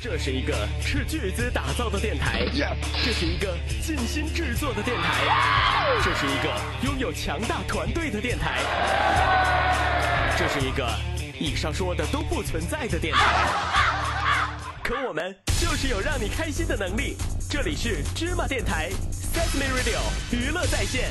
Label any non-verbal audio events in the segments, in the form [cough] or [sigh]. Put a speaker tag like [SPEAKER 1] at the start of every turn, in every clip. [SPEAKER 1] 这是一个斥巨资打造的电台，这是一个尽心制作的电台，这是一个拥有强大团队的电台，这是一个以上说的都不存在的电台。可我们就是有让你开心的能力。这里是芝麻电台 Sesame Radio 娱乐在线。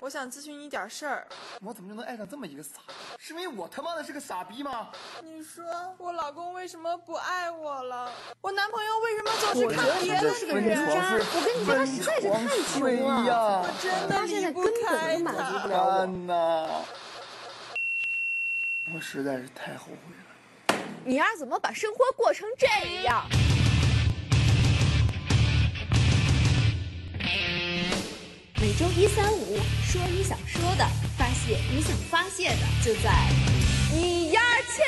[SPEAKER 2] 我想咨询你点事儿。
[SPEAKER 3] 我怎么就能爱上这么一个傻？是因为我他妈的是个傻逼吗？
[SPEAKER 2] 你说我老公为什么不爱我了？我男朋友为什么总是看别的
[SPEAKER 4] 个人渣，我跟你说，他实在是太
[SPEAKER 3] 对
[SPEAKER 4] 穷了。
[SPEAKER 3] 呀，
[SPEAKER 2] 我真的
[SPEAKER 4] 他现
[SPEAKER 2] 离
[SPEAKER 4] 在
[SPEAKER 2] 不
[SPEAKER 4] 根本
[SPEAKER 2] 开
[SPEAKER 4] 都满足
[SPEAKER 2] 他。
[SPEAKER 4] 不了我。
[SPEAKER 3] 天哪！我实在是太后悔了。
[SPEAKER 4] 你丫怎么把生活过成这样？每周一、三、五，说你想说的，发泄你想发泄的，就在你丫欠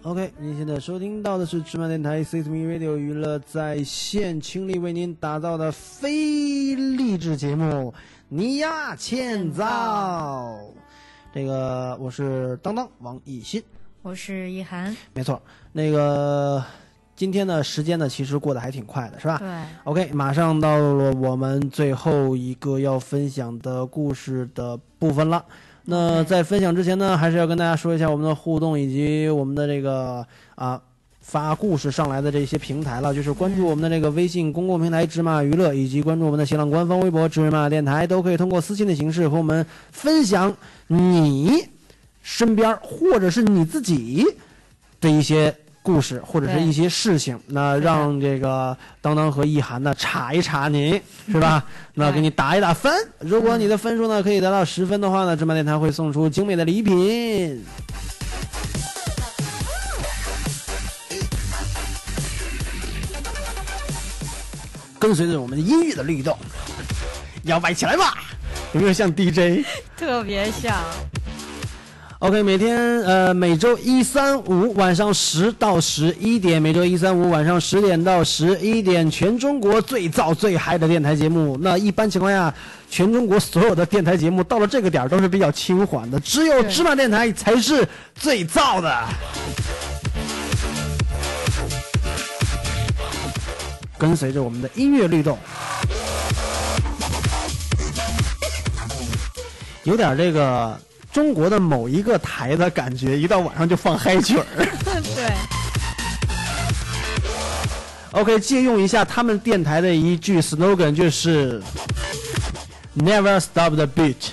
[SPEAKER 4] 揍。
[SPEAKER 5] OK，您现在收听到的是芝麻电台 Sesame Radio 娱乐在线倾力为您打造的非励志节目《你呀欠揍》。这个我是当当王艺新，
[SPEAKER 6] 我是一涵，
[SPEAKER 5] 没错。那个今天的时间呢，其实过得还挺快的，是吧？
[SPEAKER 6] 对，
[SPEAKER 5] OK，马上到了我们最后一个要分享的故事的部分了。那
[SPEAKER 6] OK
[SPEAKER 5] 在分享之前呢，还是要跟大家说一下我们的互动以及我们的这个啊发故事上来的这些平台了，就是关注我们的这个微信公共平台“芝麻娱乐”，以及关注我们的新浪官方微博“芝麻电台”，都可以通过私信的形式和我们分享你身边儿或者是你自己的一些故事或者是
[SPEAKER 6] 对
[SPEAKER 5] 一些事情，那让这个当当和意涵呢查一查您，是吧？那给你打一打分，如果你的分数呢可以达到十分的话呢，芝麻电台会送出精美的礼品。跟随着我们音乐的律动，摇摆起来吧！有没有像 DJ？
[SPEAKER 6] 特别像。
[SPEAKER 5] OK，每天呃每周一三五晚上十到十一点，每周一三五晚上十点到十一点，全中国最燥最嗨的电台节目。那一般情况下，全中国所有的电台节目到了这个点儿都是比较轻缓的，只有芝麻电台才是最燥的。跟随着我们的音乐律动，有点这个中国的某一个台的感觉，一到晚上就放嗨曲儿。
[SPEAKER 6] 对，
[SPEAKER 5] OK，借用一下他们电台的一句 slogan，就是 “Never stop the beat”。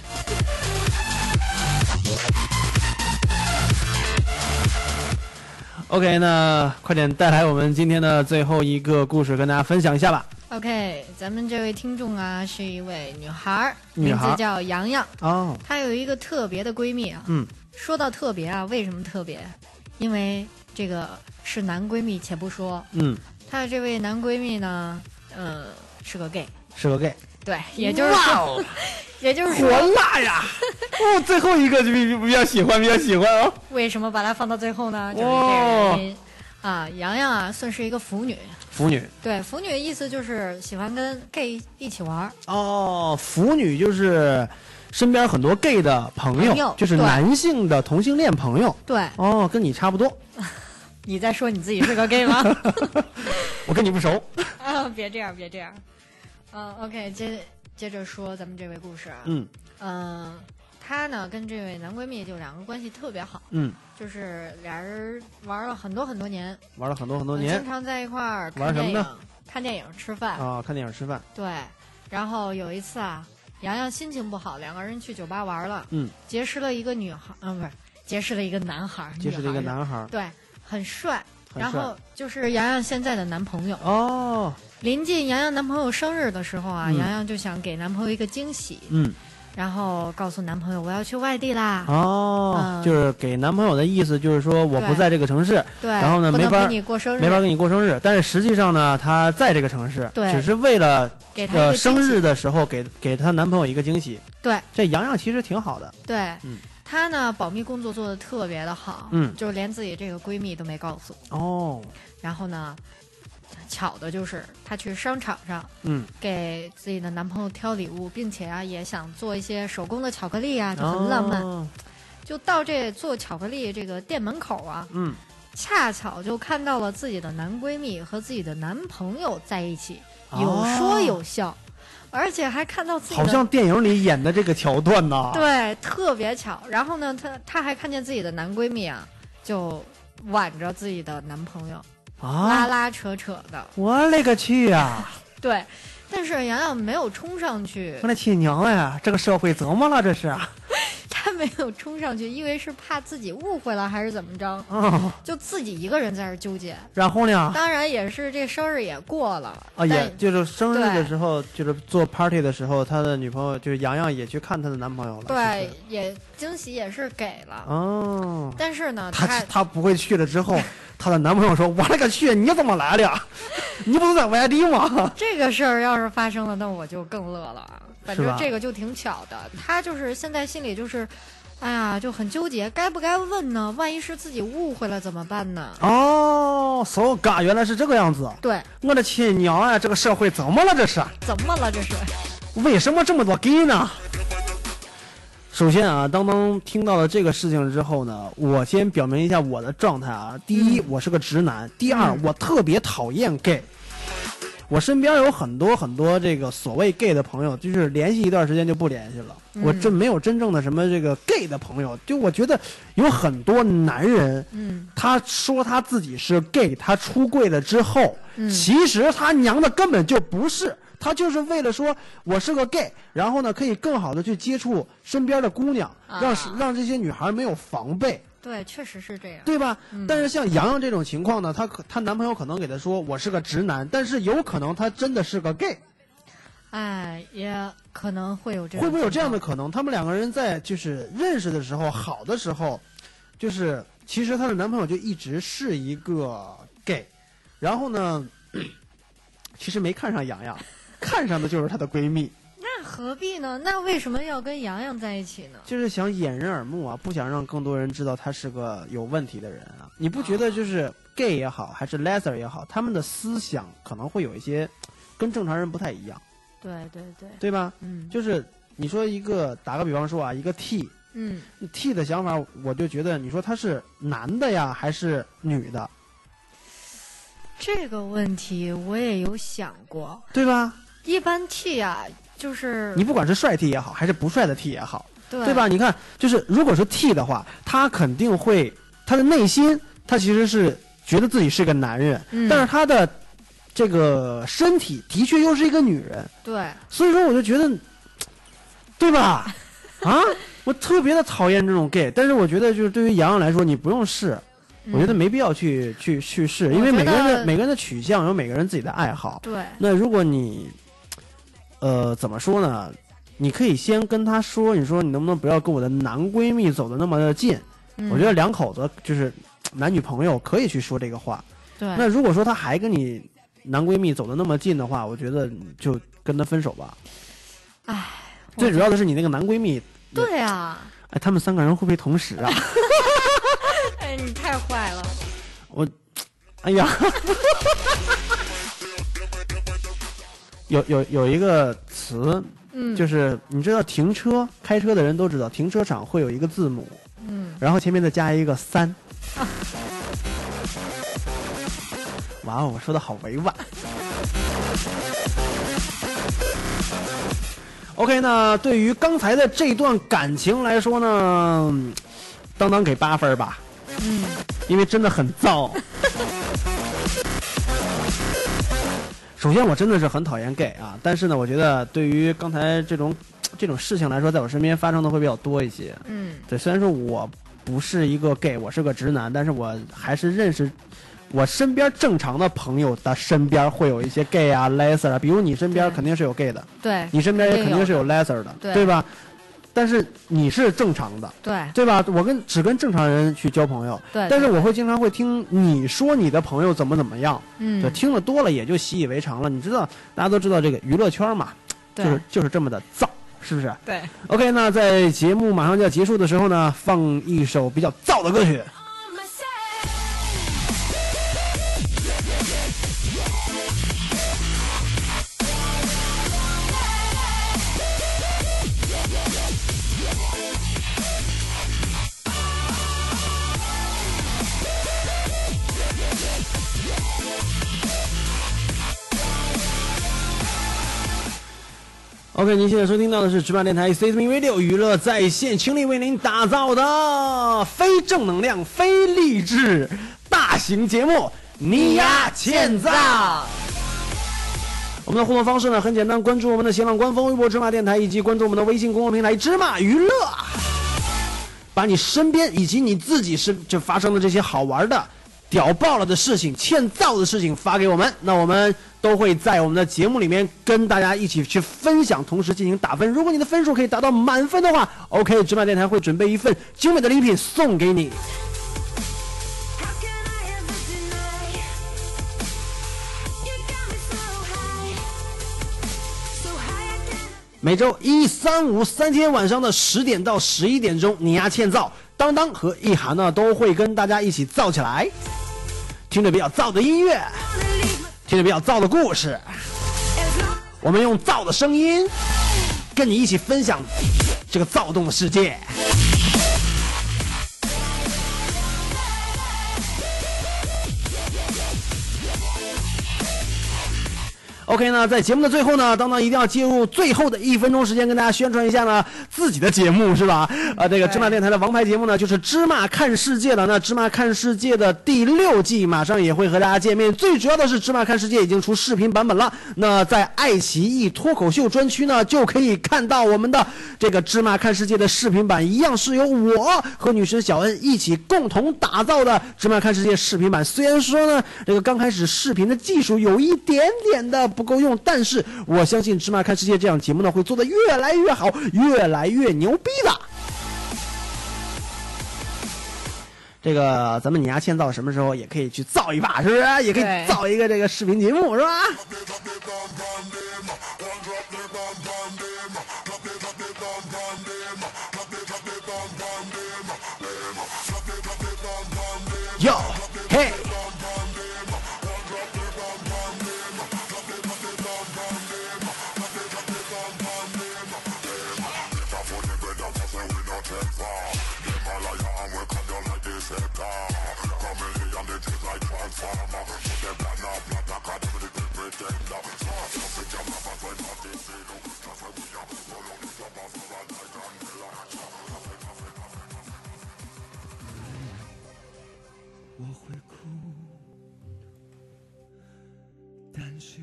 [SPEAKER 5] OK，那快点带来我们今天的最后一个故事，跟大家分享一下吧。
[SPEAKER 6] OK，咱们这位听众啊，是一位女孩儿，
[SPEAKER 5] 女
[SPEAKER 6] 名
[SPEAKER 5] 孩儿
[SPEAKER 6] 字叫洋洋，
[SPEAKER 5] 哦，
[SPEAKER 6] 她有一个特别的闺蜜啊。
[SPEAKER 5] 嗯，
[SPEAKER 6] 说到特别啊，为什么特别？因为这个是男闺蜜，且不说，
[SPEAKER 5] 嗯，
[SPEAKER 6] 她的这位男闺蜜呢，呃，是个 gay，
[SPEAKER 5] 是个 gay，
[SPEAKER 6] 对，也就是说，
[SPEAKER 5] 哦
[SPEAKER 6] [laughs] 也就是
[SPEAKER 5] 火
[SPEAKER 6] 说，
[SPEAKER 5] 辣呀！哦，最后一个就比比较喜欢，比较喜欢哦。
[SPEAKER 6] 为什么把她放到最后呢？就是这个原因。啊，洋洋啊，算是一个腐女。
[SPEAKER 5] 腐女
[SPEAKER 6] 对，腐女的意思就是喜欢跟 gay 一起玩儿。
[SPEAKER 5] 哦，腐女就是身边很多 gay 的朋友，
[SPEAKER 6] 朋友
[SPEAKER 5] 就是
[SPEAKER 6] 对
[SPEAKER 5] 男性的同性恋朋友。
[SPEAKER 6] 对，
[SPEAKER 5] 哦，跟你差不多，
[SPEAKER 6] 你在说你自己是个 gay 吗？ [laughs]
[SPEAKER 5] 我跟你不熟。
[SPEAKER 6] 啊，别这样，别这样。嗯、o k 接接着说咱们这位故事啊。
[SPEAKER 5] 嗯
[SPEAKER 6] 嗯，她、呢跟这位男闺蜜就两个关系特别好，
[SPEAKER 5] 嗯，
[SPEAKER 6] 就是俩人玩了很多很多年，
[SPEAKER 5] 玩了很多很多
[SPEAKER 6] 呃
[SPEAKER 5] 年
[SPEAKER 6] 经常在一块儿看
[SPEAKER 5] 玩什么
[SPEAKER 6] 电
[SPEAKER 5] 呢
[SPEAKER 6] 影、看电影、吃饭。
[SPEAKER 5] 啊、看电影吃饭。
[SPEAKER 6] 对，然后有一次啊，洋洋心情不好，两个人去酒吧玩了，
[SPEAKER 5] 嗯，
[SPEAKER 6] 结识了一个女孩，嗯、不是，结识了一个男孩儿，
[SPEAKER 5] 结识了一个
[SPEAKER 6] 女孩儿
[SPEAKER 5] 男孩儿
[SPEAKER 6] 是，，对，很帅。
[SPEAKER 5] 很
[SPEAKER 6] 然
[SPEAKER 5] 帅
[SPEAKER 6] 后就是洋洋现在的男朋友，
[SPEAKER 5] 哦，
[SPEAKER 6] 临近洋洋男朋友生日的时候啊，
[SPEAKER 5] 嗯
[SPEAKER 6] 洋洋就想给男朋友一个惊喜，
[SPEAKER 5] 嗯，
[SPEAKER 6] 然后告诉男朋友我要去外地啦，
[SPEAKER 5] 哦，
[SPEAKER 6] 嗯
[SPEAKER 5] 就是给男朋友的意思，就是说我不
[SPEAKER 6] 对
[SPEAKER 5] 在这个城市，
[SPEAKER 6] 对，
[SPEAKER 5] 然后呢
[SPEAKER 6] 不
[SPEAKER 5] 没
[SPEAKER 6] 能
[SPEAKER 5] 法
[SPEAKER 6] 陪你过生日，
[SPEAKER 5] 没法跟你过生日。但是实际上呢，她在这个城市，
[SPEAKER 6] 对
[SPEAKER 5] 只是为了
[SPEAKER 6] 给他一
[SPEAKER 5] 呃
[SPEAKER 6] 个惊
[SPEAKER 5] 生
[SPEAKER 6] 喜
[SPEAKER 5] 日的时候给给她男朋友一个惊喜。
[SPEAKER 6] 对
[SPEAKER 5] 这洋洋其实挺好的，
[SPEAKER 6] 对，
[SPEAKER 5] 嗯
[SPEAKER 6] 她呢保密工作做得特别的好，
[SPEAKER 5] 嗯
[SPEAKER 6] 就连自己这个闺蜜都没告诉。
[SPEAKER 5] 哦，
[SPEAKER 6] 然后呢，巧的就是她去商场上
[SPEAKER 5] 嗯，
[SPEAKER 6] 给自己的男朋友挑礼物，并且啊也想做一些手工的巧克力啊，就很浪漫。
[SPEAKER 5] 哦
[SPEAKER 6] 就到这做巧克力这个店门口啊，
[SPEAKER 5] 嗯，
[SPEAKER 6] 恰巧就看到了自己的男闺蜜和自己的男朋友在一起，
[SPEAKER 5] 哦
[SPEAKER 6] 有说有笑，而且还看到自己
[SPEAKER 5] 好
[SPEAKER 6] 的
[SPEAKER 5] 像电影里演的这个桥段呐。
[SPEAKER 6] 对特别巧。然后呢，她她还看见自己的男闺蜜啊，就挽着自己的男朋友、拉
[SPEAKER 5] 啊，
[SPEAKER 6] 拉扯扯的，
[SPEAKER 5] 我勒个去呀！
[SPEAKER 6] 对。但是洋洋没有冲上去
[SPEAKER 5] 我，勒亲娘呀！这个社会折磨了，这是。啊
[SPEAKER 6] 她没有冲上去，因为是怕自己误会了还是怎么着，
[SPEAKER 5] 嗯，
[SPEAKER 6] 就自己一个人在这儿纠结。
[SPEAKER 5] 然后呢？
[SPEAKER 6] [laughs] 当然也是这生日也过了
[SPEAKER 5] 啊，也
[SPEAKER 6] 但
[SPEAKER 5] 就是生日的
[SPEAKER 6] 对
[SPEAKER 5] 时候，就是做 party 的时候，他的女朋友就是洋洋也去看她的男朋友了。
[SPEAKER 6] 对
[SPEAKER 5] 是
[SPEAKER 6] 也惊喜也是给了，
[SPEAKER 5] 不是。哦，
[SPEAKER 6] 但是呢，
[SPEAKER 5] 她
[SPEAKER 6] 他
[SPEAKER 5] 她不会去了之
[SPEAKER 6] [laughs]
[SPEAKER 5] 后，她的男朋友说：“我勒个去，你怎么来了？你不是在外地吗
[SPEAKER 6] 这个事儿要是发生了，那我就更乐了啊。反
[SPEAKER 5] 是吧
[SPEAKER 6] 正这个就挺巧的，他就是现在心里就是，哎呀，就很纠结，该不该问呢？万一是自己误会了怎么办呢？”？
[SPEAKER 5] 哦，手感原来是这个样子。
[SPEAKER 6] 对，
[SPEAKER 5] 我的亲娘啊呀！这个社会怎么了？这是
[SPEAKER 6] 怎么了这是？
[SPEAKER 5] 为什么这么多 gay 呢？首先啊，当当听到了这个事情之后呢，我先表明一下我的状态啊。第一，我是个直男；第二，我特别讨厌 gay。我身边有很多很多这个所谓 gay 的朋友，就是联系一段时间就不联系了。
[SPEAKER 6] 嗯
[SPEAKER 5] 我真没有真正的什么这个 gay 的朋友，就我觉得有很多男人，
[SPEAKER 6] 嗯，
[SPEAKER 5] 他说他自己是 gay，他出柜了之后，
[SPEAKER 6] 嗯
[SPEAKER 5] 其实他娘的根本就不是，他就是为了说我是个 gay，然后呢可以更好的去接触身边的姑娘，
[SPEAKER 6] 啊
[SPEAKER 5] 让让这些女孩没有防备，
[SPEAKER 6] 对，确实是这样。
[SPEAKER 5] 对吧？但是像洋洋这种情况呢，她可她男朋友可能给她说我是个直男，但是有可能他真的是个 gay，
[SPEAKER 6] 哎，也可能会有这种
[SPEAKER 5] 会不会有这样的
[SPEAKER 6] 情
[SPEAKER 5] 可能？他们两个人在就是认识的时候，好的时候，就是其实她的男朋友就一直是一个 gay，然后呢， [coughs] 其实没看上洋洋，看上的就是她的闺蜜，
[SPEAKER 6] 况？那何必呢？那为什么要跟洋洋在一起呢？
[SPEAKER 5] 就是想掩人耳目啊，不想让更多人知道她是个有问题的人啊。你不觉得就是 gay 也好，还是 lesser 也好，他们的思想可能会有一些跟正常人不太一样，
[SPEAKER 6] 对对对，
[SPEAKER 5] 对吧？
[SPEAKER 6] 嗯
[SPEAKER 5] 就是你说一个，打个比方说啊，一个 T。
[SPEAKER 6] 嗯
[SPEAKER 5] T 的想法，我就觉得你说他是男的呀，还是女的，，
[SPEAKER 6] 这个问题我也有想过。
[SPEAKER 5] 对吧？
[SPEAKER 6] 一般 T 啊，就是
[SPEAKER 5] 你不管是帅 T 也好，还是不帅的 T 也好，
[SPEAKER 6] 对
[SPEAKER 5] 对吧？？你看，就是如果是 T 的话，他肯定会他的内心，他其实是觉得自己是个男人，
[SPEAKER 6] 嗯
[SPEAKER 5] 但是他的这个身体的确又是一个女人，
[SPEAKER 6] 对，
[SPEAKER 5] 所以说我就觉得，对吧？
[SPEAKER 6] [laughs]
[SPEAKER 5] 啊，我特别的讨厌这种 gay，但是我觉得就是对于洋洋来说，你不用试，我觉得
[SPEAKER 6] 嗯
[SPEAKER 5] 没必要去去去试，因
[SPEAKER 6] 我
[SPEAKER 5] 为
[SPEAKER 6] 觉
[SPEAKER 5] 每个人的
[SPEAKER 6] 得
[SPEAKER 5] 每个人的取向有每个人自己的爱好。
[SPEAKER 6] 对，
[SPEAKER 5] 那如果你，呃，怎么说呢？你可以先跟他说，你说你能不能不要跟我的男闺蜜走的那么的近？
[SPEAKER 6] 嗯
[SPEAKER 5] 我觉得两口子就是男女朋友可以去说这个话。那
[SPEAKER 6] 对，
[SPEAKER 5] 如果说他还跟你男闺蜜走的那么近的话，我觉得你就跟他分手吧。
[SPEAKER 6] 唉，我
[SPEAKER 5] 最主要的是你那个男闺蜜，
[SPEAKER 6] 对啊，
[SPEAKER 5] 哎，他们三个人会不会同时啊？
[SPEAKER 6] 哎，你太坏了，
[SPEAKER 5] 我，哎
[SPEAKER 6] [laughs]
[SPEAKER 5] 呀，有有有一个词，
[SPEAKER 6] 嗯，
[SPEAKER 5] 就是你知道停车，开车的人都知道，停车场会有一个字母，
[SPEAKER 6] 嗯，
[SPEAKER 5] 然后前面再加一个
[SPEAKER 6] [laughs]
[SPEAKER 5] 三。哇哦，我说的好委婉。OK，那对于刚才的这段感情来说呢，嗯当当给八分儿吧。
[SPEAKER 6] 嗯
[SPEAKER 5] 因为真的很燥。首先，我真的是很讨厌 gay 啊，但是呢，我觉得对于刚才这种这种事情来说，在我身边发生的会比较多一些。
[SPEAKER 6] 嗯，
[SPEAKER 5] 对，虽然说我不是一个 gay，我是个直男，但是我还是认识我身边正常的朋友的身边会有一些 gay 啊、lesser 啊，比如你身边
[SPEAKER 6] 对
[SPEAKER 5] 肯定是有 gay 的，
[SPEAKER 6] 对，
[SPEAKER 5] 你身边也
[SPEAKER 6] 肯
[SPEAKER 5] 肯
[SPEAKER 6] 定
[SPEAKER 5] 定
[SPEAKER 6] 有
[SPEAKER 5] 是有 lesser 的，
[SPEAKER 6] 对
[SPEAKER 5] 对吧？但是你是正常的，
[SPEAKER 6] 对，
[SPEAKER 5] 对吧？我跟只跟正常人去交朋友，
[SPEAKER 6] 对
[SPEAKER 5] 但是我会经常会听你说你的朋友怎么怎么样，对，
[SPEAKER 6] 嗯，
[SPEAKER 5] 听了多了也就习以为常了。你知道，大家都知道这个娱乐圈嘛，就
[SPEAKER 6] 对
[SPEAKER 5] 是，就是这么的燥，是不是
[SPEAKER 2] 对，
[SPEAKER 5] ？OK，那在节目马上就要结束的时候呢，放一首比较燥的歌曲。OK，您现在收听到的是芝麻电台 C S M Radio 娱乐在线，倾力为您打造的非正能量、非励志大型节目《你呀欠造》。我们的互动方式呢很简单，关注我们的新浪官方微博“芝麻电台”，以及关注我们的微信公众平台“芝麻娱乐”，把你身边以及你自己身就发生的这些好玩的、屌爆了的事情、欠造的事情发给我们，那我们都会在我们的节目里面跟大家一起去分享，同时进行打分。如果你的分数可以达到满分的话，OK，芝麻电台会准备一份精美的礼品送给你。每周一、三、五三天晚上的十点到十一点钟，你丫欠造，当当和一涵呢都会跟大家一起造起来，听着比较燥的音乐，听着比较燥的故事，我们用燥的声音跟你一起分享这个躁动的世界。OK 呢，在节目的最后呢，当当一定要进入最后的一分钟时间，跟大家宣传一下呢自己的节目是吧？呃，这个芝麻电台的王牌节目呢，就是《芝麻看世界》了。那《芝麻看世界》的第六季马上也会和大家见面。最主要的是，《芝麻看世界》已经出视频版本了。那在爱奇艺脱口秀专区呢，就可以看到我们的这个《芝麻看世界》的视频版，一样是由我和女神小恩一起共同打造的《芝麻看世界》视频版。虽然说呢，这个刚开始视频的技术有一点点的不够用，但是我相信《芝麻看世界》这档节目呢，会做得越来越好，越来越牛逼的。这个咱们你丫欠造什么时候也可以去造一把，是不是？也可以
[SPEAKER 2] 对
[SPEAKER 5] 造一个这个视频节目，是吧？哟嘿。
[SPEAKER 7] 我会哭，但是